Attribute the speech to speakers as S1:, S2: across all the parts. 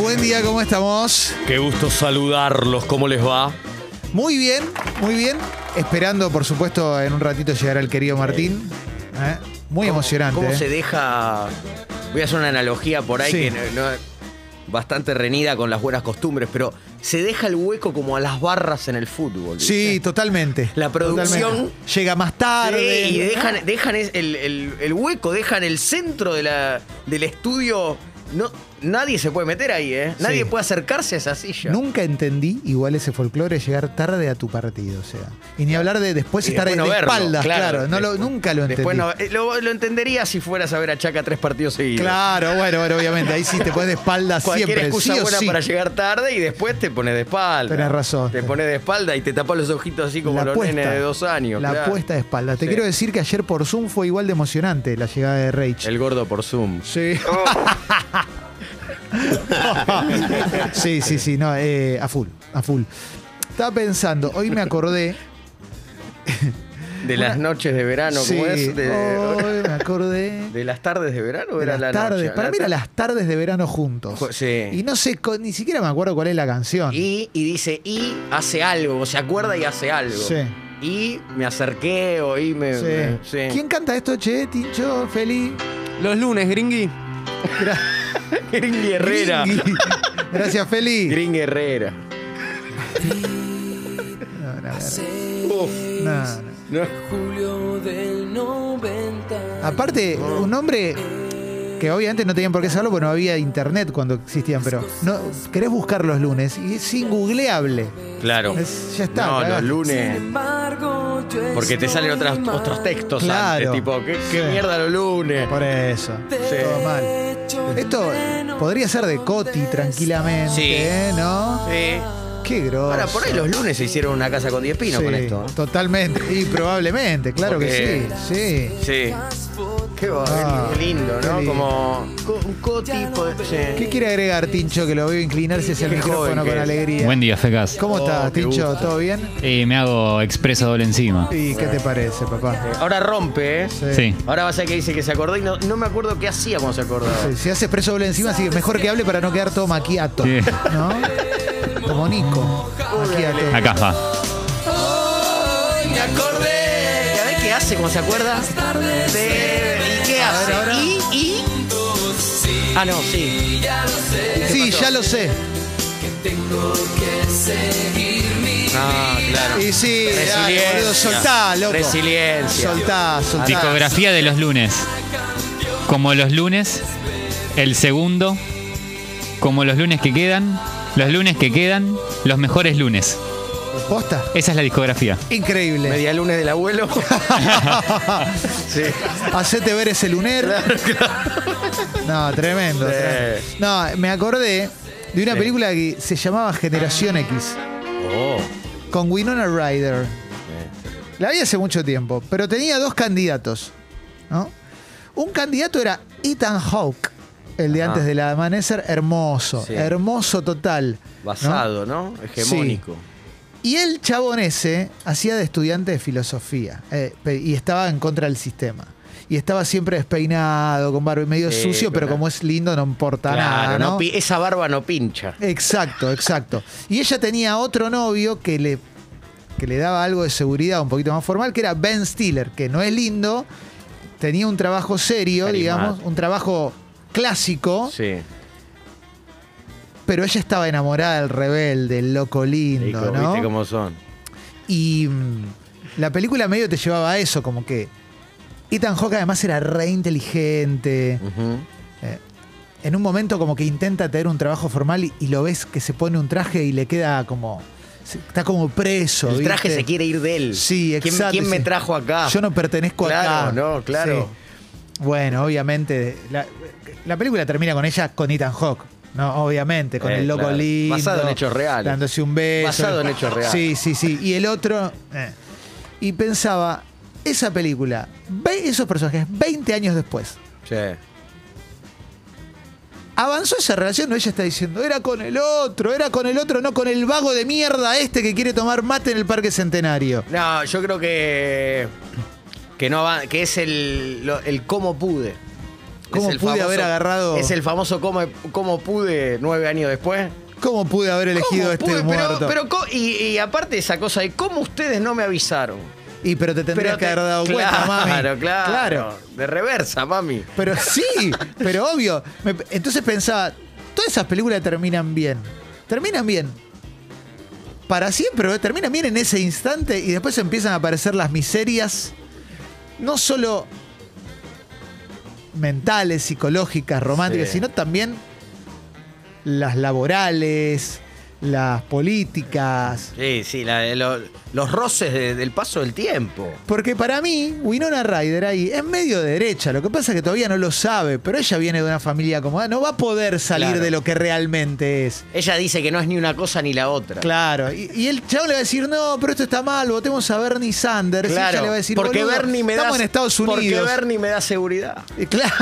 S1: buen día, ¿cómo estamos?
S2: Qué gusto saludarlos, ¿cómo les va?
S1: Muy bien, muy bien. Esperando, por supuesto, en un ratito llegar al querido Martín. ¿Eh? Muy
S3: ¿Cómo-
S1: emocionante.
S3: ¿Cómo
S1: ¿eh?
S3: se deja? Voy a hacer una analogía por ahí
S1: Sí.
S3: que no- no- bastante reñida con las buenas costumbres, pero se deja el hueco como a las barras en el fútbol. ¿viste?
S1: Sí, totalmente.
S3: La producción-
S1: Totalmente. Llega más
S3: Sí,
S1: tarde. Ah,
S3: y dejan, dejan es- el, el- el hueco, dejan el centro de la, del estudio. No, nadie se puede meter ahí, ¿eh? Nadie
S1: Sí.
S3: puede acercarse a esa silla.
S1: Nunca entendí igual ese folclore llegar tarde a tu partido, o sea. Y ni hablar de después
S3: Y
S1: estar
S3: después
S1: de
S3: verlo,
S1: espaldas, claro. no lo-
S3: Después-
S1: nunca lo entendí.
S3: Después no- eh, lo, lo entendería si fueras a ver a Chaca tres partidos seguidos.
S1: Claro, bueno, bueno, obviamente. Ahí sí te pones de espaldas
S3: Cualquier
S1: siempre.
S3: excusa
S1: sí o
S3: buena
S1: sí.
S3: para llegar tarde y después te pones de espalda.
S1: Tenés razón.
S3: Te pones de espalda y te tapas los ojitos así como los nenes de dos años.
S1: La
S3: claro.
S1: puesta de espalda. Te
S3: Sí.
S1: quiero decir que ayer por Zoom fue igual de emocionante la llegada de Rage.
S3: El Oh. gordo por Zoom.
S1: Sí. sí, sí, sí, no, eh, a full, a full. Estaba pensando, hoy me acordé.
S3: De las noches de verano,
S1: sí,
S3: ¿cómo Ah, es? De,
S1: hoy me acordé.
S3: de las tardes de verano o
S1: de
S3: era
S1: las
S3: la
S1: tardes.
S3: noche?
S1: Para mí era
S3: ta-
S1: las tardes de verano juntos.
S3: Ju- sí.
S1: Y no sé, co- ni siquiera me acuerdo cuál es la canción.
S3: y, y dice, y hace algo, se acuerda y hace algo.
S1: Sí.
S3: Y me acerqué o y me.
S1: Sí.
S3: me- eh, sí.
S1: ¿Quién canta esto, Che? Tincho, Feli.
S2: Los lunes, Gringui.
S3: Gringui Herrera.
S1: Gringui. Gracias, Feli.
S3: Gringui Herrera.
S1: No, no,
S3: Uf,
S1: no, no.
S3: no.
S4: Julio del 90.
S1: Aparte, un nombre que obviamente no tenían por qué saberlo porque no había internet cuando existían, pero no, querés buscar los lunes y es ingugleable.
S3: Claro.
S1: Es- ya está,
S3: No,
S1: cagaste.
S3: los lunes.
S4: embargo, yo
S3: Porque te salen otras, otros textos
S1: Claro.
S3: antes, tipo, ¿qué, qué
S1: Sí.
S3: mierda los lunes?
S1: Por eso.
S3: Sí.
S1: Todo mal. Esto podría ser de Coti tranquilamente,
S3: Sí.
S1: ¿eh? ¿no?
S3: Sí.
S1: Qué grosso.
S3: Ahora, por ahí los lunes se hicieron una casa con 10 pinos
S1: Sí,
S3: con esto. ¿eh?
S1: Totalmente. Y probablemente, claro
S3: Porque-
S1: que sí. Sí.
S3: Sí. Qué, bo-
S1: Ah,
S3: qué lindo,
S1: qué
S3: ¿no?
S1: lindo.
S3: Como co- un cotipo.
S1: ¿Qué quiere agregar, Tincho, que lo veo inclinarse hacia el
S3: Qué joven
S1: micrófono
S3: que
S1: con
S3: es.
S1: alegría?
S5: Buen día, fecas.
S1: ¿Cómo
S3: Oh,
S1: estás,
S3: qué
S1: Tincho?
S3: gusto.
S1: ¿Todo bien?
S5: Eh, me hago expreso doble encima.
S1: ¿Y qué te parece, papá?
S3: Ahora rompe, ¿eh?
S5: Sí.
S3: Ahora vas a que dice que se acordó y no, no me acuerdo qué hacía cuando se acordaba.
S1: Sí, Eh, si haces preso doble encima, así que mejor que hable para no quedar todo maquiato.
S5: Sí.
S1: ¿No? Como Nico. Maquiato.
S5: Acá va.
S3: Me acordé. A ver qué hace cuando se acuerda. De- ¿Y qué hace?
S1: ver, ahora.
S3: ¿Y? ¿Y? Ah, no, sí.
S1: Sí, ya lo sé.
S3: Ah, claro.
S1: Y sí, dale,
S3: Resiliencia.
S1: boludo, soltá, loco.
S3: Resiliencia.
S1: Soltá, soltá.
S5: Discografía de los lunes. Como los lunes, el segundo. Como los lunes que quedan, los lunes que quedan, los mejores lunes.
S1: Posta.
S5: Esa es la discografía.
S1: Increíble.
S3: Media lunes del abuelo. sí.
S1: Hacete ver ese luner. No, tremendo.
S3: Sí.
S1: tremendo. No, me acordé de una
S3: Sí.
S1: película que se llamaba Generación X.
S3: Oh.
S1: con Winona Ryder. La vi hace mucho tiempo, pero tenía dos candidatos. ¿no? Un candidato era Ethan Hawke, el de
S3: Ajá.
S1: antes del amanecer, hermoso,
S3: Sí.
S1: hermoso total. ¿no?
S3: Basado, ¿no? Hegemónico.
S1: Y el chabón ese hacía de estudiante de filosofía eh, pe- y estaba en contra del sistema. Y estaba siempre despeinado, con barba y medio
S3: Sí,
S1: sucio,
S3: con
S1: pero
S3: la-
S1: como es lindo no importa nada.
S3: Claro,
S1: ¿no?
S3: no pi- esa barba no pincha.
S1: Exacto, exacto. Y ella tenía otro novio que le, que le daba algo de seguridad un poquito más formal, que era Ben Stiller, que no es lindo, tenía un trabajo serio,
S3: Carismático.
S1: digamos, un trabajo clásico,
S3: Sí.
S1: pero ella estaba enamorada del rebelde, el loco lindo,
S3: Nico,
S1: ¿no?
S3: ¿Viste cómo son?
S1: Y mm, la película medio te llevaba a eso, como que Ethan Hawke además era re inteligente.
S3: Ujú.
S1: en un momento como que intenta tener un trabajo formal y, y lo ves que se pone un traje y le queda como... se- Está como preso.
S3: El traje
S1: ¿viste?
S3: se quiere ir de él.
S1: Sí,
S3: ¿Quién-
S1: exacto,
S3: ¿Quién me
S1: sí.
S3: trajo acá?
S1: Yo no pertenezco
S3: Claro,
S1: acá.
S3: no, claro.
S1: Sí. Bueno, obviamente. La, la película termina con ella, con Ethan Hawke. No, obviamente, con
S3: Eh,
S1: el loco
S3: claro.
S1: lindo.
S3: Basado en hechos reales.
S1: Dándose un beso.
S3: Basado en hechos reales.
S1: Sí, sí, sí. Y el otro. eh. Y pensaba, esa película, ve esos personajes, 20 años después.
S3: Sí.
S1: Avanzó esa relación, o ella está diciendo, era con el otro, era con el otro, no con el vago de mierda este que quiere tomar mate en el Parque Centenario.
S3: No, yo creo que. Que no va- que es el, lo- el cómo pude.
S1: ¿Cómo
S3: el
S1: pude haber agarrado-
S3: Es el famoso cómo, cómo pude nueve años después.
S1: ¿Cómo pude haber elegido
S3: ¿Cómo
S1: este
S3: pude? Pero-
S1: muerto?
S3: pero co- y, y aparte esa cosa de cómo ustedes no me avisaron.
S1: y pero te tendrías
S3: Pero
S1: que
S3: te-
S1: haber dado cuenta,
S3: claro,
S1: mami.
S3: Claro, claro. De reversa, mami.
S1: Pero sí, pero obvio. Me- entonces pensaba, todas esas películas terminan bien. Terminan bien. Para siempre, ¿eh? terminan bien en ese instante y después empiezan a aparecer las miserias, no solo mentales, psicológicas, románticas,
S3: Sí.
S1: sino también las laborales, las políticas.
S3: Sí, sí, la- lo- los roces de- del paso del tiempo.
S1: Porque para mí, Winona Ryder ahí es medio de derecha. Lo que pasa es que todavía no lo sabe, pero ella viene de una familia acomodada. No va a poder salir
S3: Claro.
S1: de lo que realmente es.
S3: Ella dice que no es ni una cosa ni la otra.
S1: Claro. Y, y el chavo le va a decir, no, pero esto está mal, votemos a Bernie Sanders. Y ella le va a decir,
S3: porque
S1: "Boludo,
S3: Bernie me da
S1: estamos en Estados Unidos.
S3: Porque Bernie me da seguridad.
S1: Y Claro.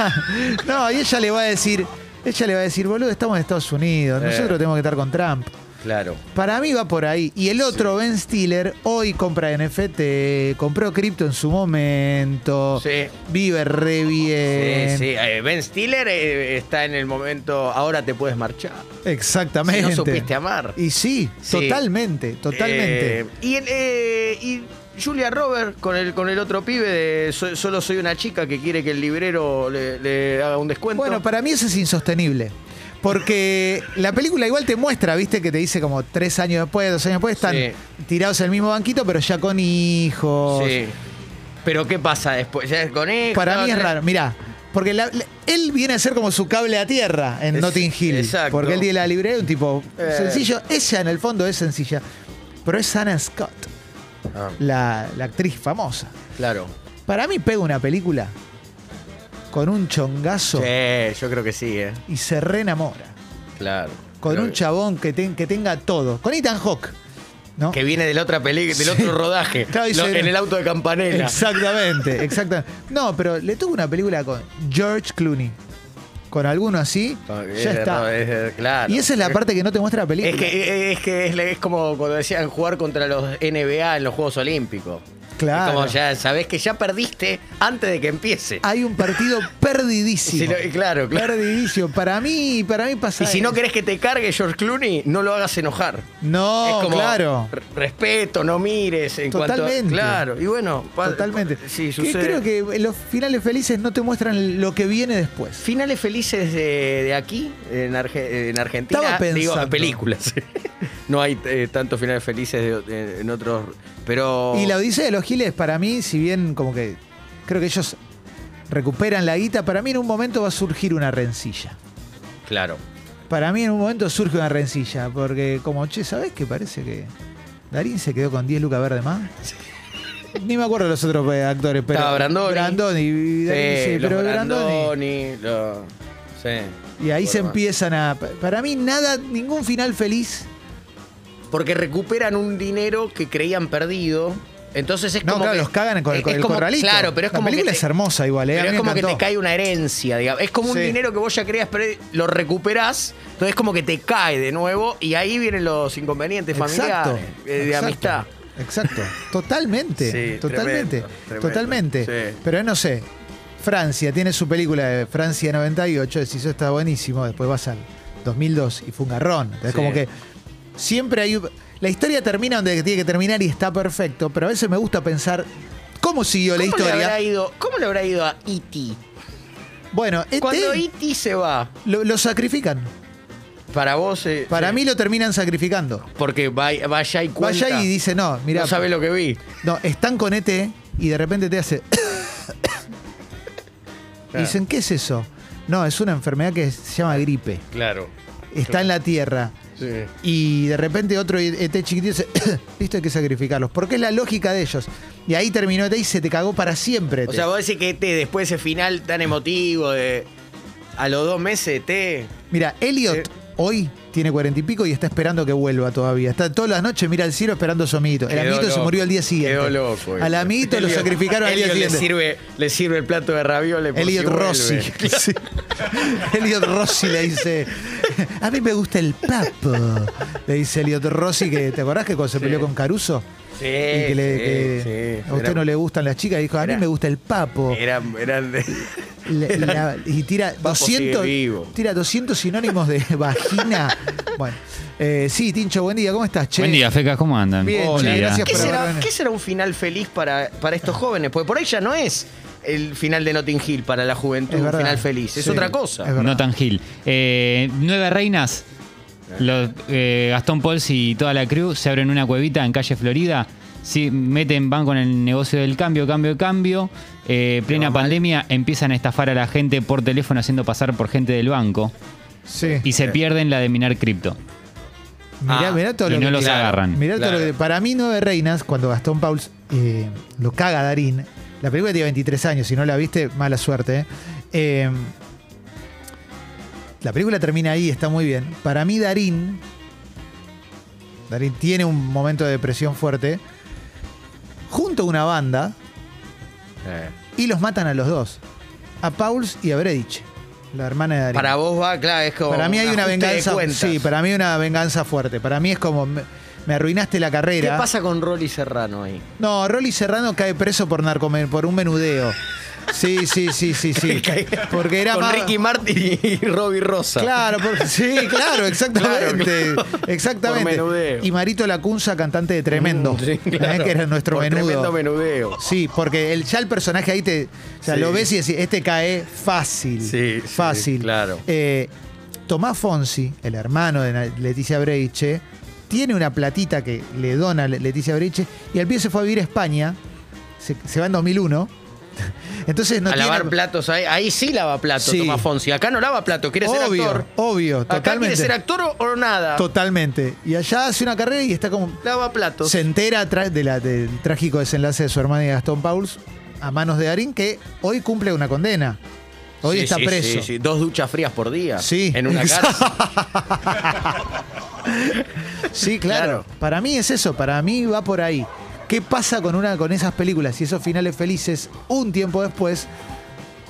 S1: No, y ella le va a decir, ella le va a decir, boludo, estamos en Estados Unidos.
S3: Eh.
S1: Nosotros tenemos que estar con Trump.
S3: Claro.
S1: Para mí va por ahí. Y el otro, Ben Stiller, hoy compra NFT, compró cripto en su momento.
S3: Sí.
S1: Vive re bien.
S3: Sí, sí. Eh, ben Stiller eh, está en el momento. Ahora te puedes marchar.
S1: Exactamente.
S3: Si no supiste amar.
S1: Y sí,
S3: Sí.
S1: totalmente, totalmente.
S3: Eh, y, el, eh, y Julia Robert con el, con el otro pibe de "So- Solo soy una chica que quiere que el librero le, le haga un descuento.
S1: bueno, para mí eso es insostenible. Porque la película igual te muestra, viste, que te dice como tres años después, dos años después, están
S3: Sí.
S1: tirados en el mismo banquito, pero ya con hijos.
S3: Sí. Pero ¿qué pasa después? ¿Ya es con esto?
S1: Para mí es
S3: Tres-
S1: raro, mirá. Porque la- la- él viene a ser como su cable a tierra en
S3: Es-
S1: Notting Hill.
S3: exacto.
S1: Porque él tiene la librería, un tipo
S3: Eh.
S1: sencillo. Ella en el fondo es sencilla. Pero es Anna Scott,
S3: Ah,
S1: la, la actriz famosa.
S3: claro.
S1: Para mí pega una película con un chongazo
S3: Sí, yo creo que sí, ¿eh?
S1: y se reenamora.
S3: Claro.
S1: Con
S3: Creo
S1: un
S3: que-
S1: chabón que, ten- que tenga todo. Con Ethan Hawke. ¿no?
S3: Que viene del, otra peli- del otro rodaje.
S1: Ah. Claro, y
S3: Lo-
S1: se-
S3: en el auto de Campanella.
S1: Exactamente, exactamente. No, pero le tuvo una película con George Clooney. Con alguno así,
S3: No, es-
S1: ya está.
S3: no, es- es- claro.
S1: Y esa es la parte que no te muestra la película.
S3: Es que, eh, es, que es, es como cuando decían jugar contra los NBA en los Juegos Olímpicos.
S1: Claro. Ah,
S3: Es como ya sabés que ya perdiste antes de que empiece.
S1: Hay un partido perdidísimo.
S3: Si no- claro, claro.
S1: Perdidísimo. Para mí, para mí pasa.
S3: Y si no
S1: eso.
S3: querés que te cargue George Clooney, no lo hagas enojar.
S1: No,
S3: es como
S1: Oh, claro.
S3: r- respeto, no mires en cuanto-
S1: Totalmente.
S3: claro, y bueno, pa-
S1: Totalmente.
S3: Sí,
S1: Que
S3: sucede.
S1: creo que los finales felices no te muestran lo que viene después.
S3: Finales felices de, de aquí, en, Arge- en Argentina.
S1: Estaba pensando.
S3: Digo, películas. no hay eh, tantos finales felices de- de- en otros. Pero.
S1: Y la Odisea de los Giles, para mí, si bien como que creo que ellos recuperan la guita, para mí en un momento va a surgir una rencilla.
S3: Claro.
S1: Para mí en un momento surge una rencilla, porque como, che, ¿sabés qué? Parece que Darín se quedó con 10 lucas verde más. Ni me acuerdo los otros eh, actores, pero...
S3: Estaba Brandoni.
S1: Brandoni, y Darín, sí,
S3: Sí, los
S1: pero Brandoni.
S3: Brandoni. lo- sí.
S1: Y ahí se
S3: Bueno,
S1: empiezan a... Para mí nada, ningún final feliz.
S3: Porque recuperan un dinero que creían perdido. Entonces es
S1: No,
S3: como.
S1: claro,
S3: que-
S1: los cagan con el,
S3: es-
S1: con
S3: es
S1: el
S3: como-
S1: corralito.
S3: Claro, pero es
S1: La
S3: como.
S1: película
S3: que
S1: es
S3: te-
S1: hermosa igual, eh, a
S3: Pero
S1: mí
S3: es
S1: me
S3: como que te
S1: encantó.
S3: cae una herencia, digamos. Es como un
S1: Sí.
S3: dinero que vos ya creías, pero lo recuperás. Entonces es como que te cae de nuevo y ahí vienen los inconvenientes
S1: Exacto.
S3: familiares, eh, de
S1: exacto,
S3: amistad.
S1: Exacto. Totalmente.
S3: Sí,
S1: totalmente.
S3: tremendo, tremendo,
S1: totalmente.
S3: sí.
S1: Pero eh, no sé. Francia tiene su película de Francia 98, decís, eso está buenísimo, después vas al 2002 y fue un garrón. Es
S3: Sí.
S1: como que siempre hay... La historia termina donde tiene que terminar y está perfecto, pero a veces me gusta pensar cómo siguió la
S3: ¿Cómo le,
S1: historia. E
S3: habrá ido, ¿Cómo le habrá ido a E.T.?
S1: Bueno,
S3: Cuando
S1: este
S3: E.T. se va,
S1: lo, lo sacrifican.
S3: para vos. eh,
S1: Para
S3: sí.
S1: mí lo terminan sacrificando.
S3: Porque vaya, vaya y cuenta.
S1: Vaya y dice, no, mira,
S3: no sabe lo que vi.
S1: No, están con ET y de repente te hace. Y
S3: Claro.
S1: Dicen, ¿qué es eso? No, es una enfermedad que se llama gripe.
S3: Claro.
S1: Está en la tierra.
S3: Sí.
S1: Y de repente otro ET chiquitito dice, listo, hay que sacrificarlos. Porque es la lógica de ellos. Y ahí terminó ET y se te cagó para siempre. E
S3: O
S1: ET.
S3: sea, vos decís que te, después de ese final tan emotivo, de, a los dos meses E te.
S1: Mira, Elliot
S3: Sí.
S1: hoy tiene cuarenta y pico y está esperando que vuelva todavía. Está todas las noches, mira al cielo esperando a su amiguito. El
S3: Quedó
S1: amiguito se
S3: loco.
S1: murió al día siguiente.
S3: Quedó loco.
S1: Al amiguito lo
S3: Elliot-
S1: sacrificaron al día
S3: Elliot
S1: siguiente.
S3: Le sirve, le sirve pues, el plato de ravioles. por
S1: Elliot
S3: si vuelve.
S1: Rossi. Sí. Elliot Rossi le dice, A mí me gusta el papo. Le dice Eliot Rossi que, ¿te acordás que cuando se peleó con Caruso?
S3: Sí,
S1: y que, le-
S3: sí,
S1: que
S3: sí.
S1: a usted
S3: Era-
S1: no le gustan las chicas, dijo, a mí
S3: era-
S1: me gusta el papo.
S3: Eran, eran de-
S1: Le- la- y tira
S3: Papo sigue
S1: 200,
S3: vivo.
S1: tira 200 sinónimos de vagina. Bueno, eh, sí, Tincho, buen día, ¿cómo estás, Che?
S5: Buen día, Feca, ¿cómo andan?
S1: Bien,
S5: Buen
S1: che,
S5: día.
S1: gracias
S3: ¿Qué
S1: por
S3: será,
S1: haberme-
S3: qué será un final feliz para, para estos jóvenes? Porque por ahí ya no es el final de Notting Hill para la juventud,
S1: Es
S3: un
S1: verdad.
S3: final feliz. Es
S1: Sí,
S3: otra
S1: es
S3: cosa.
S1: verdad.
S5: No tan Gil. Eh, Nueve reinas. Los, eh, Gastón Pols y toda la crew se abren una cuevita en calle Florida. Sí, meten, van con el negocio del cambio, cambio, cambio. Eh, plena pandemia, empiezan a estafar a la gente por teléfono haciendo pasar por gente del banco.
S1: Sí.
S5: Y se pierden la de minar cripto.
S1: Mirá,
S3: Ah,
S1: mirá todo
S5: y
S1: lo
S5: no
S1: que-
S5: los
S1: Claro.
S5: agarran.
S1: Mirá todo
S3: Claro.
S1: lo que- Para mí, Nueve Reinas, cuando Gastón Pauls eh, lo caga a Darín, la película tiene 23 años, si no la viste, mala suerte. ¿eh? Eh, la película termina ahí, está muy bien. Para mí, Darín. Darín tiene un momento de depresión fuerte. Junto a una banda.
S3: Eh.
S1: Y los matan a los dos. A Pauls y a Bredich, la hermana de Darín.
S3: Para vos va, claro, es como.
S1: Para mí hay
S3: un
S1: una
S3: ajuste de
S1: venganza.
S3: cuentas.
S1: Sí, para mí una venganza fuerte. Para mí es como me, me arruinaste la
S3: ¿Qué
S1: carrera.
S3: pasa con Rolly Serrano ahí?
S1: No, Rolly Serrano cae preso por narcomen, por un menudeo. Sí, sí, sí, sí, sí. Porque era
S3: con
S1: más.
S3: Ricky Martin y Robbie Rosa.
S1: Claro, por- sí, claro, exactamente.
S3: Claro, claro.
S1: Exactamente.
S3: Por menudeo.
S1: Y Marito Lacunza, cantante de Tremendo.
S3: Mm, sí, claro.
S1: ¿eh? Que era nuestro
S3: Por
S1: menudo.
S3: Tremendo menudeo.
S1: Sí, porque el, ya el personaje ahí te. O sea,
S3: Sí.
S1: lo ves y decís, este cae fácil.
S3: Sí, sí,
S1: Fácil.
S3: claro.
S1: Eh, Tomás Fonsi, el hermano de Na- Leticia Breiche, tiene una platita que le dona Le- Leticia Breiche y al pie se fue a vivir a España. Se, se va en 2001. Entonces no
S3: a
S1: tiene.
S3: lavar platos, ahí, ahí sí lava platos,
S1: Sí.
S3: Tomás Fonsi. Acá no lava platos, quiere ser
S1: obvio,
S3: actor.
S1: obvio,
S3: Acá quiere
S1: totalmente.
S3: ser actor o, o nada.
S1: Totalmente. Y allá hace una carrera y está como.
S3: Lava platos.
S1: Se entera tra- de la- del trágico desenlace de su hermana y Gastón Pauls a manos de Darín, que hoy cumple una condena. Hoy
S3: Sí,
S1: está
S3: sí,
S1: preso.
S3: sí, sí. Dos duchas frías por día.
S1: Sí.
S3: En una cárcel.
S1: Sí, claro.
S3: Claro.
S1: Para mí es eso, para mí va por ahí. ¿Qué pasa con una con esas películas y esos finales felices un tiempo después?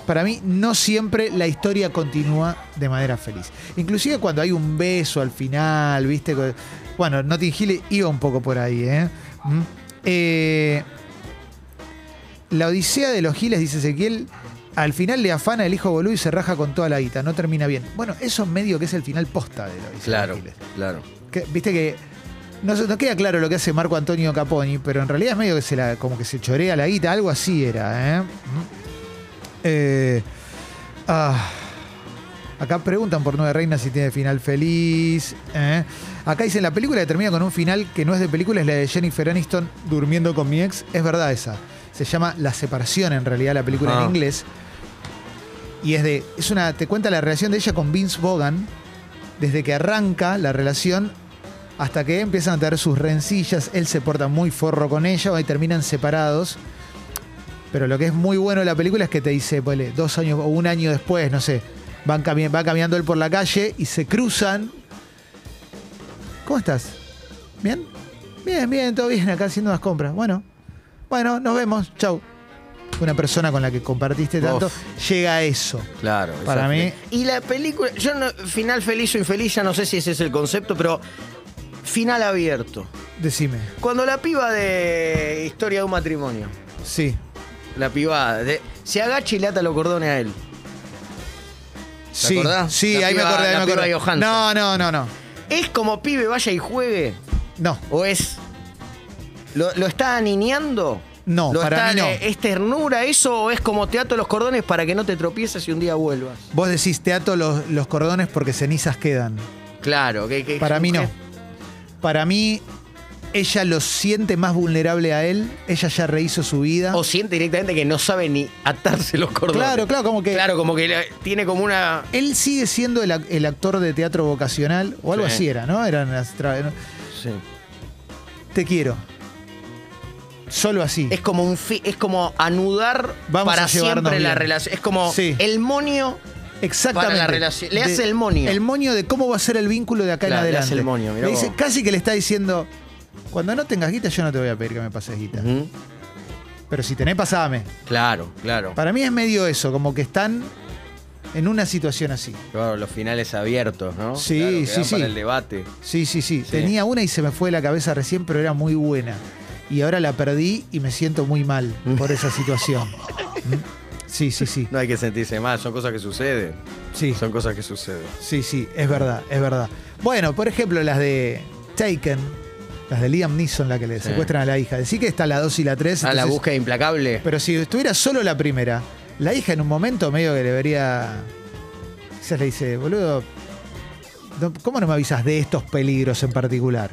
S1: Para mí no siempre la historia continúa de manera feliz. Inclusive cuando hay un beso al final, ¿viste? Co- Bueno, Notting Hill iba un poco por ahí, ¿eh? ¿Mm? Eh, la Odisea de los Giles, dice Ezequiel, al final le afana el hijo boludo y se raja con toda la guita, no termina bien. Bueno, eso medio que es el final posta de la Odisea de
S3: Claro,
S1: los Giles.
S3: claro.
S1: Que- Viste que no, se- no queda claro lo que hace Marco Antonio Caponi, pero en realidad es medio que se la, como que se chorea la guita, algo así era. ¿eh? Mm. Eh, ah. acá preguntan por Nueve Reinas si tiene final feliz. ¿eh? Acá dicen la película que termina con un final que no es de película, es la de Jennifer Aniston durmiendo con mi ex. Es verdad esa. Se llama La Separación en realidad la película
S3: Ah.
S1: en inglés. Y es de. Es una. Te cuenta la relación de ella con Vince Bogan. Desde que arranca la relación hasta que empiezan a tener sus rencillas. Él se porta muy forro con ella y terminan separados. Pero lo que es muy bueno de la película es que te dice, ponele, dos años o un año después, no sé, van cami- va caminando él por la calle y se cruzan. ¿Cómo estás? ¿Bien? Bien, bien, todo bien, acá haciendo unas compras. Bueno, bueno, nos vemos, chau. Una persona con la que compartiste tanto, llega a eso.
S3: Claro.
S1: Para
S3: exacto. Y la película, yo no- final feliz o infeliz, ya no sé si ese es el concepto, pero final abierto.
S1: Decime,
S3: Cuando la piba de Historia de un matrimonio,
S1: sí,
S3: la piba, de- se agacha y le ata los cordones a él.
S1: sí,
S3: acordás?
S1: sí,
S3: La
S1: ahí
S3: piba-
S1: me acordé, ahí
S3: la
S1: me
S3: piba
S1: acordé.
S3: Johansson.
S1: No, no, no, no,
S3: ¿Es como pibe vaya y juegue?
S1: no.
S3: ¿O es.? ¿Lo, lo está anineando?
S1: No,
S3: ¿Lo
S1: para
S3: está- eh,
S1: mí no.
S3: ¿Es ternura eso o es como te ato los cordones para que no te tropieces y un día vuelvas?
S1: Vos decís, te ato los, los cordones porque cenizas quedan.
S3: Claro, que. que-
S1: Para mí no.
S3: que-
S1: Para mí, ella lo siente más vulnerable a él. Ella ya rehizo su vida.
S3: O siente directamente que no sabe ni atarse los cordones.
S1: claro, claro, como que
S3: Claro, como que la- tiene como una.
S1: él sigue siendo el, ac- el actor de teatro vocacional o algo
S3: Sí.
S1: así era, ¿no? Eran las tra- Te quiero. Solo así.
S3: Es como un fi- es como anudar
S1: Vamos
S3: para
S1: a llevarnos
S3: siempre la
S1: bien.
S3: relación. Es como
S1: Sí.
S3: el monio.
S1: Exactamente.
S3: para la relación. Le
S1: De-
S3: hace el moño.
S1: El moño de cómo va a ser el vínculo de acá
S3: Claro,
S1: en
S3: le
S1: adelante.
S3: hace el moño, mirá
S1: Le dice,
S3: vos.
S1: casi que le está diciendo, cuando no tengas guita, yo no te voy a pedir que me pases guita.
S3: Ujú.
S1: Pero si tenés, pasame.
S3: Claro, claro.
S1: Para mí es medio eso, como que están en una situación así.
S3: Claro, los finales abiertos, ¿no?
S1: Sí,
S3: Claro, que
S1: sí,
S3: dan
S1: sí.
S3: Para el debate.
S1: Sí, sí, sí, Tenía una y se me fue de la cabeza recién, pero era muy buena. Y ahora la perdí y me siento muy mal por esa situación. Mm. Sí, sí, sí.
S3: No hay que sentirse mal, son cosas que suceden.
S1: Sí,
S3: Son cosas que suceden.
S1: sí, sí, es verdad, es verdad. Bueno, por ejemplo, las de Taken, las de Liam Neeson, la que le
S3: Sí.
S1: secuestran a la hija. Decí que está la 2 y la 3.
S3: Ah, la
S1: entonces-
S3: búsqueda implacable.
S1: Pero si estuviera solo la primera, la hija en un momento medio que le vería. Quizás le dice, boludo, no- ¿cómo no me avisas de estos peligros en particular?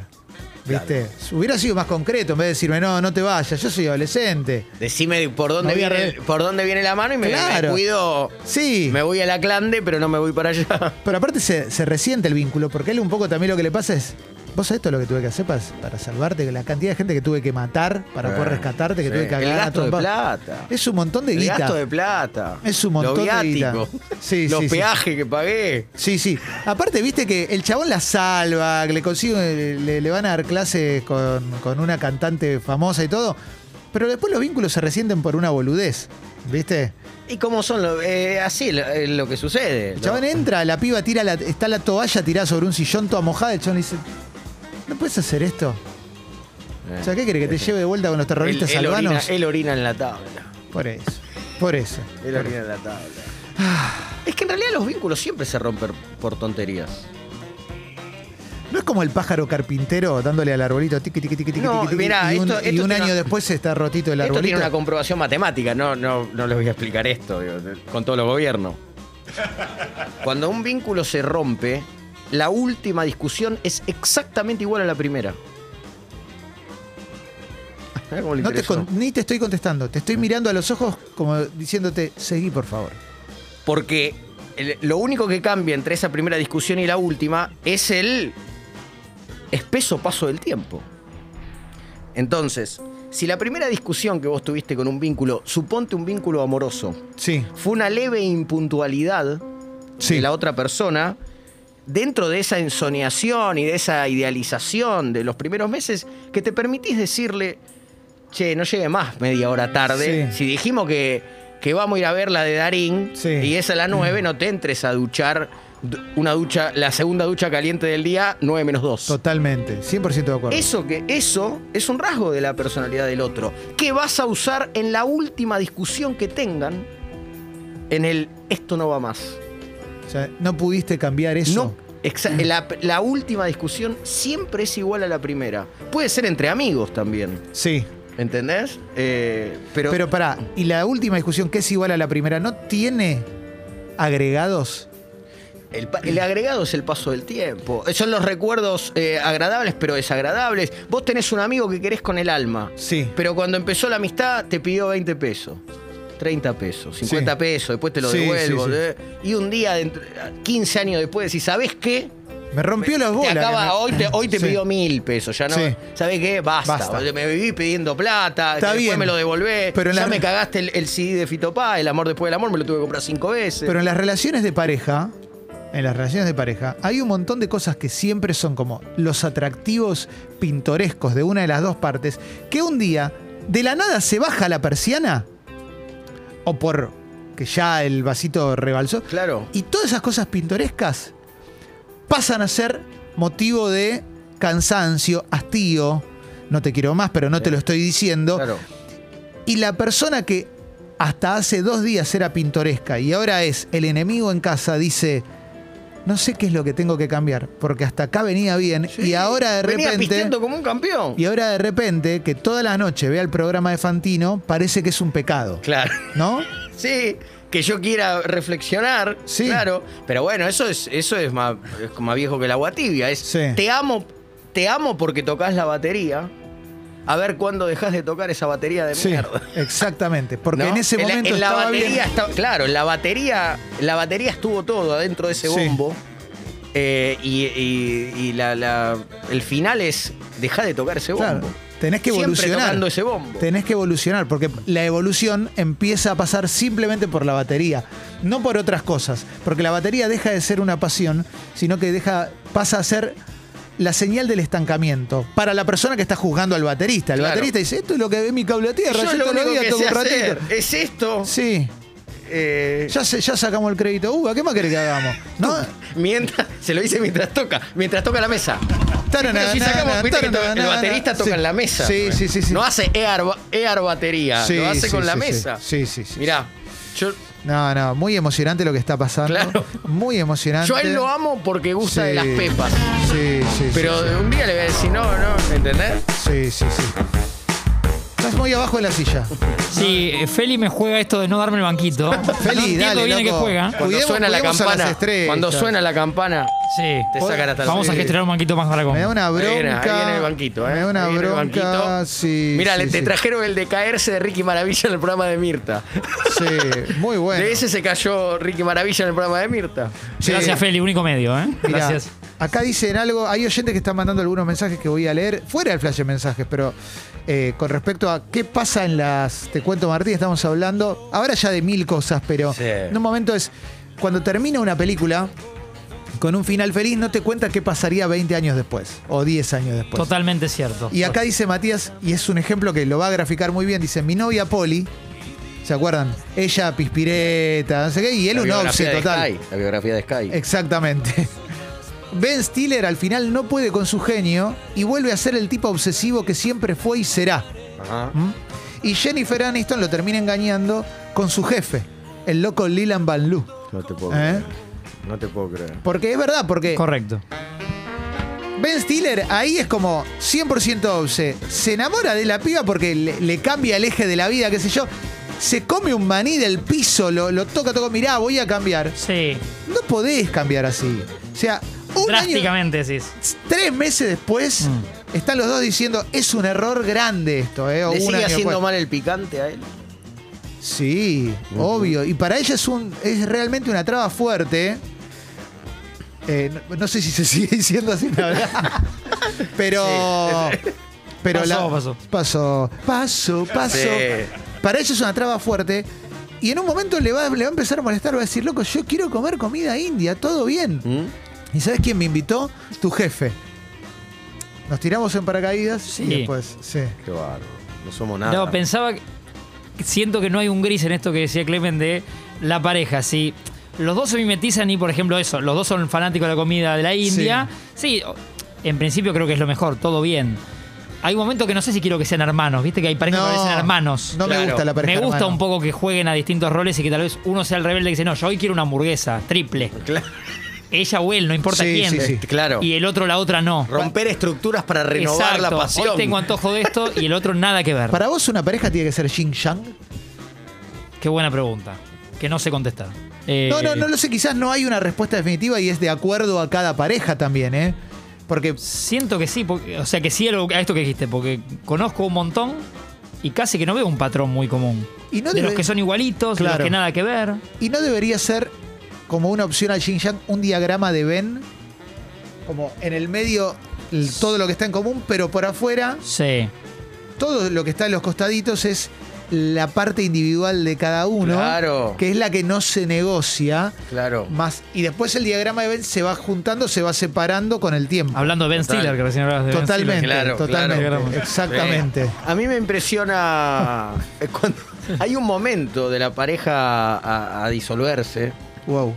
S1: ¿Viste? Hubiera sido más concreto en vez de decirme, no, no te vayas, yo soy adolescente.
S3: Decime por dónde,
S1: No había
S3: viene,
S1: red.
S3: por dónde viene la mano y me, me
S1: Claro.
S3: cuido.
S1: Sí,
S3: Me voy a la clande, pero no me voy para allá.
S1: pero aparte se, se resiente el vínculo, porque él un poco también lo que le pasa es. ¿Vos sabés todo lo que tuve que hacer para, para salvarte? La cantidad de gente que tuve que matar para poder
S3: Ah,
S1: rescatarte, que
S3: sí.
S1: tuve que
S3: El
S1: agarrar a
S3: gasto de
S1: trompa-".
S3: plata.
S1: Es un montón de
S3: El
S1: guita.
S3: gasto de plata.
S1: Es un montón
S3: Los
S1: de guita.
S3: viáticos.
S1: Sí,
S3: Los
S1: sí, sí.
S3: peajes que pagué.
S1: Sí, sí. Aparte, viste que el chabón la salva, que le consigue, le, le van a dar clases con, con una cantante famosa y todo. Pero después los vínculos se resienten por una boludez, ¿viste?
S3: ¿Y cómo son? los- eh, así lo, eh, lo que sucede.
S1: El
S3: ¿no?
S1: chabón entra, la piba tira la, está la toalla tirada sobre un sillón toda mojada, el chabón le dice, ¿no puedes hacer esto?
S3: Eh,
S1: O sea, ¿qué quiere que te lleve de vuelta con los
S3: Él,
S1: terroristas
S3: él orina,
S1: albanos?
S3: él orina en la tabla.
S1: Por eso, por eso.
S3: Él orina en la tabla. Es que en realidad los vínculos siempre se rompen por tonterías.
S1: No es como el pájaro carpintero dándole al arbolito tiqui tiqui tiqui tiqui
S3: No,
S1: tiqui, tiqui,
S3: mirá,
S1: y un,
S3: esto-
S1: y
S3: esto
S1: un
S3: tiene
S1: año
S3: una-
S1: después está rotito el
S3: Esto
S1: arbolito.
S3: tiene una comprobación matemática, no, no, no les voy a explicar esto digo, de- con todos los gobiernos. Cuando un vínculo se rompe, la última discusión es exactamente igual a la primera. Mirá cómo le
S1: No te
S3: interesó.
S1: con- ni te estoy contestando, te estoy
S3: Ah.
S1: mirando a los ojos como diciéndote, seguí por favor.
S3: Porque el- lo único que cambia entre esa primera discusión y la última es el espeso paso del tiempo. Entonces, si la primera discusión que vos tuviste con un vínculo, suponte un vínculo amoroso,
S1: Sí,
S3: fue una leve impuntualidad de la otra persona, dentro de esa ensoñación y de esa idealización de los primeros meses, que te permitís decirle, che, no llegue más media hora tarde.
S1: Sí.
S3: Si dijimos que, que vamos a ir a ver la de Darín
S1: Sí. Mm.
S3: y es a las 9, no te entres a duchar du- una ducha, la segunda ducha caliente del día, 9 menos 2.
S1: totalmente, 100% de acuerdo.
S3: Eso, que, eso es un rasgo de la personalidad del otro, que vas a usar en la última discusión que tengan en el esto no va más.
S1: O sea, no pudiste cambiar eso. Mm.
S3: No, exa- la, la última discusión siempre es igual a la primera. Puede ser entre amigos también,
S1: Sí,
S3: ¿entendés? Eh, pero,
S1: pero, pará, y la última discusión que es igual a la primera, ¿no tiene agregados?
S3: el, pa- el agregado es el paso del tiempo. Eh, Son los recuerdos eh, agradables pero desagradables. Vos tenés un amigo que querés con el alma,
S1: Sí.
S3: pero cuando empezó la amistad te pidió 20 pesos. 30 pesos, 50
S1: Sí.
S3: pesos, después te lo
S1: Sí, sí,
S3: devuelvo.
S1: sí.
S3: eh. Y un día, dentro- 15 años después, decís, ¿sabés qué?
S1: Me rompió las bolas.
S3: Te
S1: que
S3: acaba-
S1: me-
S3: Hoy te, hoy te
S1: Sí.
S3: pidió mil pesos, ya no.
S1: Sí.
S3: ¿Sabés qué? Basta.
S1: Basta.
S3: Me viví pidiendo plata,
S1: Está
S3: después
S1: bien.
S3: me lo devolvés.
S1: Pero en
S3: ya
S1: la-
S3: me cagaste el, el CD de Fitopá, El amor después del amor, me lo tuve que comprar cinco veces.
S1: Pero en las relaciones de pareja, en las relaciones de pareja, hay un montón de cosas que siempre son como los atractivos pintorescos de una de las dos partes, que un día de la nada se baja la persiana, o por que ya el vasito rebalsó,
S3: claro.
S1: y todas esas cosas pintorescas pasan a ser motivo de cansancio, hastío, no te quiero más, pero no te lo estoy diciendo,
S3: Claro.
S1: y la persona que hasta hace dos días era pintoresca y ahora es el enemigo en casa, dice, no sé qué es lo que tengo que cambiar, porque hasta acá venía bien y ahora de
S3: Venía
S1: repente...
S3: pisteando como un campeón.
S1: Y ahora de repente, que toda la noche vea el programa de Fantino, parece que es un pecado,
S3: Claro.
S1: ¿no?
S3: Sí. Que yo quiera reflexionar,
S1: Sí.
S3: claro. Pero bueno, eso es, eso es más, es más viejo que el agua tibia. Es
S1: Sí.
S3: te amo, te amo porque tocas la batería. A ver cuándo dejas de tocar esa batería de mierda.
S1: exactamente. Porque
S3: ¿no?
S1: en ese
S3: la-
S1: momento
S3: en la,
S1: estaba
S3: batería
S1: bien.
S3: estaba- claro, en la batería, la batería estuvo todo adentro de ese
S1: Sí.
S3: bombo. Eh, y y- y la- la- el final es dejar de tocar ese bombo.
S1: Claro, tenés que
S3: Siempre
S1: evolucionar.
S3: tocando ese bombo.
S1: Tenés que evolucionar, porque la evolución empieza a pasar simplemente por la batería, no por otras cosas. Porque la batería deja de ser una pasión, sino que deja, pasa a ser la señal del estancamiento para la persona que está juzgando al baterista. El
S3: Claro.
S1: baterista dice, esto es lo que ve mi cable a tierra,
S3: Yo
S1: yo,
S3: lo
S1: todos los
S3: único
S1: días
S3: que
S1: toco
S3: sé
S1: un ratito.
S3: hacer es esto.
S1: Sí,
S3: Eh,
S1: Ya, se- ya sacamos el crédito. Uva, ¿qué más querés que hagamos? ¿No?
S3: mientras, se lo dice mientras toca, mientras toca la mesa. Pero
S1: Tarana,
S3: si sacamos,
S1: nana,
S3: viste que
S1: tarana,
S3: to- el
S1: nana.
S3: baterista toca
S1: Sí.
S3: en la mesa.
S1: Sí,
S3: ¿no?
S1: sí, sí. sí.
S3: No hace air, ba- air batería,
S1: Sí,
S3: lo hace
S1: sí,
S3: con la
S1: sí, sí.
S3: mesa.
S1: Sí, sí, sí.
S3: Mirá, yo,
S1: No, no, muy emocionante lo que está pasando.
S3: Claro.
S1: Muy emocionante.
S3: yo a él lo amo porque gusta de
S1: Sí.
S3: las pepas.
S1: Sí, sí.
S3: Pero ¿eh?
S1: sí,
S3: un día le voy a decir, no, no, ¿entendés?
S1: sí, sí, sí, sí. Estás muy abajo de la silla.
S6: Sí, eh, Feli me juega esto de no darme el banquito. no
S1: Feli,
S6: entiendo
S1: dale,
S6: bien a qué
S1: loco.
S6: juega. ¿eh?
S3: Cuando
S1: Cuidemos-
S3: suena la
S1: cuidemos a las
S3: campana.
S1: estrellas.
S3: Cuando suena la campana,
S6: Sí.
S3: te sacan hasta la
S6: Vamos a
S1: Sí.
S6: gestionar un banquito más para
S1: Me da una
S3: Ahí
S1: bronca.
S3: viene, ahí viene el banquito, ¿eh?
S1: Me da una
S3: Ahí viene el
S1: bronca.
S3: banquito.
S1: Sí.
S3: Mira,
S1: sí,
S3: le, te
S1: sí.
S3: trajeron el de caerse de Ricky Maravilla en el programa de Mirta.
S1: Sí, muy bueno.
S3: De ese se cayó Ricky Maravilla en el programa de Mirta.
S1: Sí.
S6: Gracias, Feli, único medio, ¿eh?
S1: Mirá,
S6: Gracias.
S1: Acá dicen algo, hay oyentes que están mandando algunos mensajes que voy a leer, fuera del flash de mensajes, pero eh, con respecto a qué pasa en las. Te cuento, Martín, estamos hablando ahora ya de mil cosas, pero
S3: Sí.
S1: en un momento es. Cuando termina una película con un final feliz, no te cuenta qué pasaría 20 años después o 10 años después.
S6: Totalmente cierto.
S1: Y acá dice Matías, y es un ejemplo que lo va a graficar muy bien, dice, mi novia Poli, ¿se acuerdan? Ella pispireta, no sé qué, y él
S3: La
S1: un
S3: biografía
S1: obse
S3: de
S1: total.
S3: Sky, La biografía de Sky.
S1: Eh. Exactamente. Ben Stiller al final no puede con su genio y vuelve a ser el tipo obsesivo que siempre fue y será.
S3: Ajá.
S1: ¿Mm? Y Jennifer Aniston lo termina engañando con su jefe, el loco Leland Van Loo.
S3: No te puedo
S1: ¿Eh?
S3: creer. No te puedo creer.
S1: Porque es verdad, porque
S6: Correcto.
S1: Ben Stiller ahí es como 100% obse. Se enamora de la piba porque le, le cambia el eje de la vida, qué sé yo. Se come un maní del piso, lo, lo toca, toca, mirá, voy a cambiar.
S6: Sí.
S1: No podés cambiar así. O sea, un año,
S6: Drásticamente, decís.
S1: Tres meses después, están los dos diciendo, es un error grande esto, ¿eh? O
S3: Mm. ¿Le
S1: un
S3: sigue
S1: año
S3: haciendo
S1: después".
S3: mal el picante a él?
S1: Sí, obvio. Y para ella es un es realmente una traba fuerte. Eh, no, no sé si se sigue diciendo así, la verdad. Pero... Pero
S6: Pasó,
S1: la,
S6: pasó.
S1: pasó. Pasó, pasó.
S3: Sí.
S1: Para ella es una traba fuerte. Y en un momento le va, le va a empezar a molestar, va a decir, loco, yo quiero comer comida india, todo bien.
S6: ¿Mm?
S1: ¿Y sabes quién me invitó? Tu jefe. Nos tiramos en paracaídas
S6: Sí.
S1: y después. Sí.
S3: Qué bárbaro. No somos nada.
S6: No, pensaba que. Siento que no hay un gris en esto que decía Clemen de la pareja. Si los dos se mimetizan y, por ejemplo, eso, los dos son fanáticos de la comida de la India. Sí, o- en principio creo que es lo mejor, todo bien. Hay un momento que no sé si quiero que sean hermanos, viste que hay parejas que parecen hermanos.
S1: No me
S3: Claro.
S1: gusta la pareja.
S6: Me gusta
S1: hermano.
S6: un poco que jueguen a distintos roles y que tal vez uno sea el rebelde que dice, no, yo hoy quiero una hamburguesa, triple.
S3: Claro.
S6: Ella o él, no importa
S1: Sí,
S6: quién.
S1: sí, sí.
S3: Claro.
S6: Y el otro, la otra, no.
S3: Romper estructuras para renovar
S6: Exacto.
S3: la pasión.
S6: Hoy tengo antojo de esto y el otro nada que ver.
S1: Para vos una pareja tiene que ser Xing Yang.
S6: Qué buena pregunta. Que no sé contestar. Eh,
S1: No, no, no lo sé, quizás no hay una respuesta definitiva y es de acuerdo a cada pareja también, ¿eh? Porque
S6: Siento que sí, porque- o sea que sí a, lo- a esto que dijiste, porque conozco un montón y casi que no veo un patrón muy común.
S1: Y no
S6: de los
S1: debe-
S6: que son igualitos, de
S1: Claro.
S6: los que nada que ver.
S1: y no debería ser como una opción al Xing Yang un diagrama de Ben como en el medio el- todo lo que está en común, pero por afuera
S6: Sí.
S1: todo lo que está en los costaditos es la parte individual de cada uno,
S3: Claro.
S1: que es la que no se negocia.
S3: Claro.
S1: Más, y después el diagrama de Ben se va juntando, se va separando con el tiempo.
S6: Hablando de Ben
S3: Total.
S6: Stiller, que recién hablabas de Ben Stiller.
S1: Totalmente,
S3: Claro,
S1: totalmente,
S6: claro.
S1: exactamente.
S3: Sí. A mí me impresiona eh, cuando hay un momento de la pareja a, a disolverse,
S1: Wow.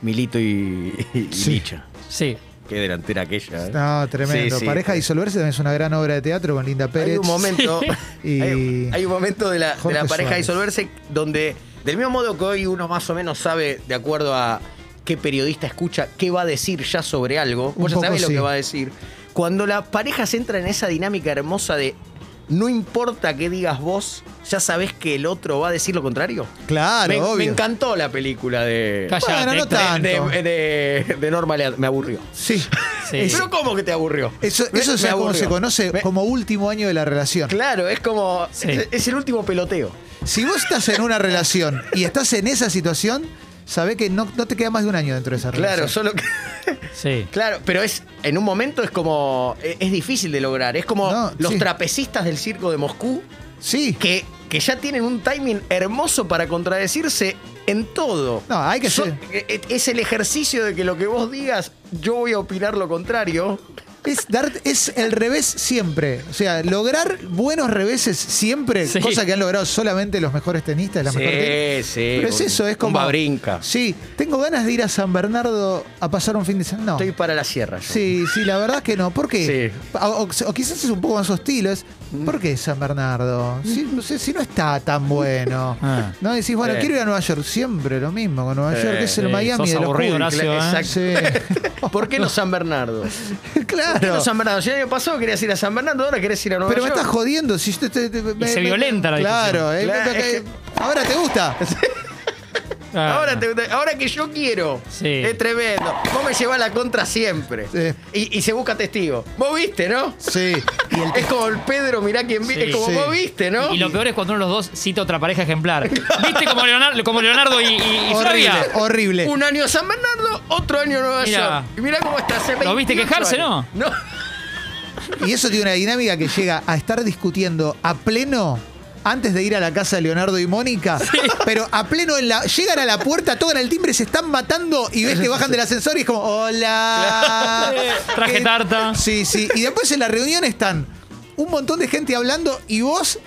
S3: Milito y, y- y
S1: Sí.
S3: Licha.
S6: Sí.
S3: Qué delantera aquella. ¿eh?
S1: No, tremendo.
S3: Sí, sí.
S1: Pareja disolverse también es una gran obra de teatro con Linda Pérez.
S3: Hay un momento,
S1: Y-
S3: hay, hay un momento de la, de
S1: Jorge
S3: la pareja
S1: Suárez.
S3: disolverse donde, del mismo modo que hoy uno más o menos sabe, de acuerdo a qué periodista escucha, qué va a decir ya sobre algo,
S1: Un
S3: vos ya
S1: poco
S3: sabés lo
S1: sí.
S3: que va a decir. Cuando las parejas entran en esa dinámica hermosa de no importa qué digas vos, ya sabés que el otro va a decir lo contrario.
S1: Claro,
S3: me, me
S1: Ah, obvio.
S3: encantó la película de,
S6: Calla,
S1: Bueno, no
S6: Héctor.
S1: tanto.
S3: de, de- de Norma Leal. Me aburrió.
S1: Sí.
S6: Sí.
S1: Es-
S3: ¿Pero cómo que te aburrió?
S1: eso
S3: Me-
S1: eso es
S3: me
S1: como
S3: aburrió.
S1: se conoce
S3: Me-
S1: como último año de la relación.
S3: Claro, es como.
S6: Sí.
S3: Es, es el último peloteo.
S1: Si vos estás en una relación y estás en esa situación, sabé que no, no te queda más de un año dentro de esa
S3: Claro,
S1: relación.
S3: solo que.
S6: Sí.
S3: Claro, pero es. En un momento es como. e, Es, es difícil de lograr. Es como
S1: No,
S3: los
S1: sí.
S3: trapecistas del circo de Moscú
S1: Sí.
S3: que, que ya tienen un timing hermoso para contradecirse en todo.
S1: No, hay que
S3: So-
S1: ser.
S3: e- e- Es el ejercicio de que lo que vos digas, yo voy a opinar lo contrario.
S1: Es, dar, es el revés siempre. O sea, lograr buenos reveses siempre,
S6: Sí.
S1: cosa que han logrado solamente los mejores tenistas, la
S3: Sí,
S1: mejor tenis-
S3: sí,
S1: Pero es
S3: un-
S1: eso, es
S3: un
S1: como.
S3: Babrinka.
S1: Sí, tengo ganas de ir a San Bernardo a pasar un fin de semana. No.
S3: Estoy para la sierra. yo.
S1: Sí, sí, la verdad es que no. ¿Por qué?
S3: Sí.
S1: O, o- o quizás es un poco más hostil. Es, ¿Por qué San Bernardo? Si no, sé, si no está tan bueno.
S5: Ah.
S1: No decís, bueno,
S3: Sí.
S1: quiero ir a Nueva York. Siempre lo mismo con Nueva
S3: Sí,
S1: York, que es el
S6: sí,
S1: Miami
S6: sos
S1: de los
S6: aburrido,
S1: públicos.
S6: Horacio, ¿eh?
S1: Sí.
S3: ¿Por qué no San Bernardo? ¿Por qué
S1: claro.
S3: no San Bernardo? Si el año pasado querías ir a San Bernardo, ahora querés ir a Nueva
S1: Pero me
S3: York.
S1: estás jodiendo. Si yo te, te- te- me-
S6: se
S1: me-
S6: violenta la
S1: Claro,
S6: discusión.
S1: eh,
S3: Claro,
S1: me-
S3: es
S1: me- ahora te gusta.
S6: Ah,
S3: Ahora, te- ahora que yo quiero.
S6: Sí.
S3: Es tremendo. Vos me llevas la contra siempre.
S1: Sí.
S3: Y, y se busca testigo. Vos viste, ¿no?
S1: Sí.
S3: Es como el Pedro, mirá quién vi.
S6: Sí.
S3: Es como
S1: Sí.
S3: vos
S1: Este,
S3: viste, ¿no?
S6: Y lo peor es cuando uno de los dos cita otra pareja ejemplar. ¿Viste como Leonardo, como Leonardo y, y- y
S1: horrible,
S6: Flavia?
S1: horrible.
S3: Un año San Bernardo, otro año Nueva
S6: Mirá.
S3: York. Y mirá cómo está. hace
S6: ¿Lo viste
S3: 28
S6: quejarse,
S3: años. No.
S1: Y eso tiene una dinámica que llega a estar discutiendo a pleno antes de ir a la casa de Leonardo y Mónica, pero a pleno en la, llegan a la puerta, tocan el timbre, se están matando y ves que bajan del ascensor y es como, hola.
S6: Traje
S1: Eh,
S6: tarta.
S1: Sí, sí. Y después en la reunión están un montón de gente hablando y vos...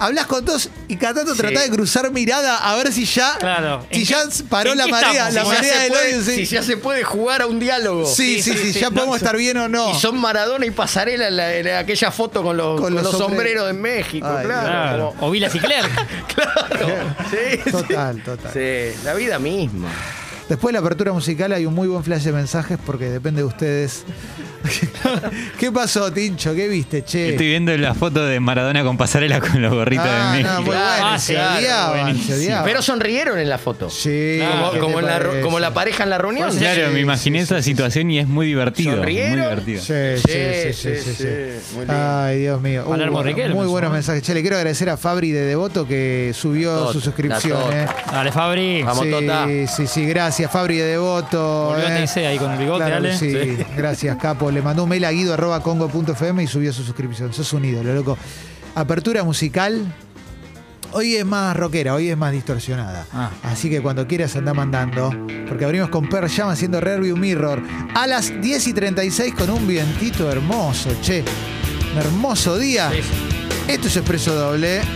S1: Hablas con todos y cada tanto tratás de cruzar mirada a ver si ya,
S6: Claro.
S1: si
S6: ¿En
S1: ya
S6: qué-
S1: paró
S6: en
S1: la
S6: qué
S1: marea,
S6: estamos?
S1: la
S6: Si
S3: ya
S1: marea
S3: se
S1: del
S3: puede-
S1: odio.
S3: Si
S1: Sí, sí,
S3: ya se puede jugar a un diálogo.
S1: sí,
S6: sí, sí,
S1: ya
S6: no,
S1: podemos
S6: sí.
S1: estar bien o no.
S3: Y son Maradona y Pasarela en, la- en aquella foto con los, con los sombreros de México,
S1: Ay,
S3: claro.
S6: Claro. O Vilas y Clerc.
S3: Claro. Sí, sí.
S1: Total, total.
S3: Sí, la vida misma.
S1: Después de la apertura musical hay un muy buen flash de mensajes porque depende de ustedes. ¿Qué pasó, Tincho? ¿Qué viste, che?
S5: Estoy viendo la foto de Maradona con pasarela con los gorritos
S1: Ah,
S5: de
S1: no,
S5: México.
S1: muy bueno.
S6: Ah,
S1: se
S6: claro,
S1: odiaban,
S5: buenísimo.
S1: se odiaban.
S3: Pero sonrieron en la foto.
S1: Sí,
S3: Como,
S1: ¿qué
S3: como
S1: te
S3: en la, ru-
S1: parece? Pues,
S3: como la pareja en la reunión.
S5: Claro, me imaginé esa situación y es muy divertido.
S3: ¿Sonrieron?
S5: Muy divertido.
S1: Sí, sí, sí, sí, sí, sí.
S3: Muy lindo.
S1: Ay, Dios mío. Uh,
S6: Palermo
S1: bueno,
S6: Riquelme,
S1: muy
S6: en su
S1: buenos
S6: momento.
S1: mensajes. Che, le quiero agradecer a Fabri de Devoto que subió
S3: La Tota,
S1: su suscripción.
S3: la
S1: eh.
S3: Tota.
S6: Dale, Fabri.
S3: Vamos,
S1: sí,
S3: Tota.
S1: sí, sí, gracias, Fabri de Devoto.
S6: Volvió a
S1: eh.
S6: Teisea ahí con el bigote,
S1: Claro que
S6: dale.
S1: sí. gracias, Capo. Le mandó un mail a guido arroba congo punto fm y subió su suscripción. Sos un ídolo, loco. Apertura musical. Hoy es más rockera, hoy es más distorsionada.
S5: Ah.
S1: Así que cuando quieras anda mandando. Porque abrimos con Per Jam haciendo Rearview Mirror a las 10 y 36 con un vientito hermoso, che. Un hermoso día.
S6: Sí, sí.
S1: Esto es Expreso Doble.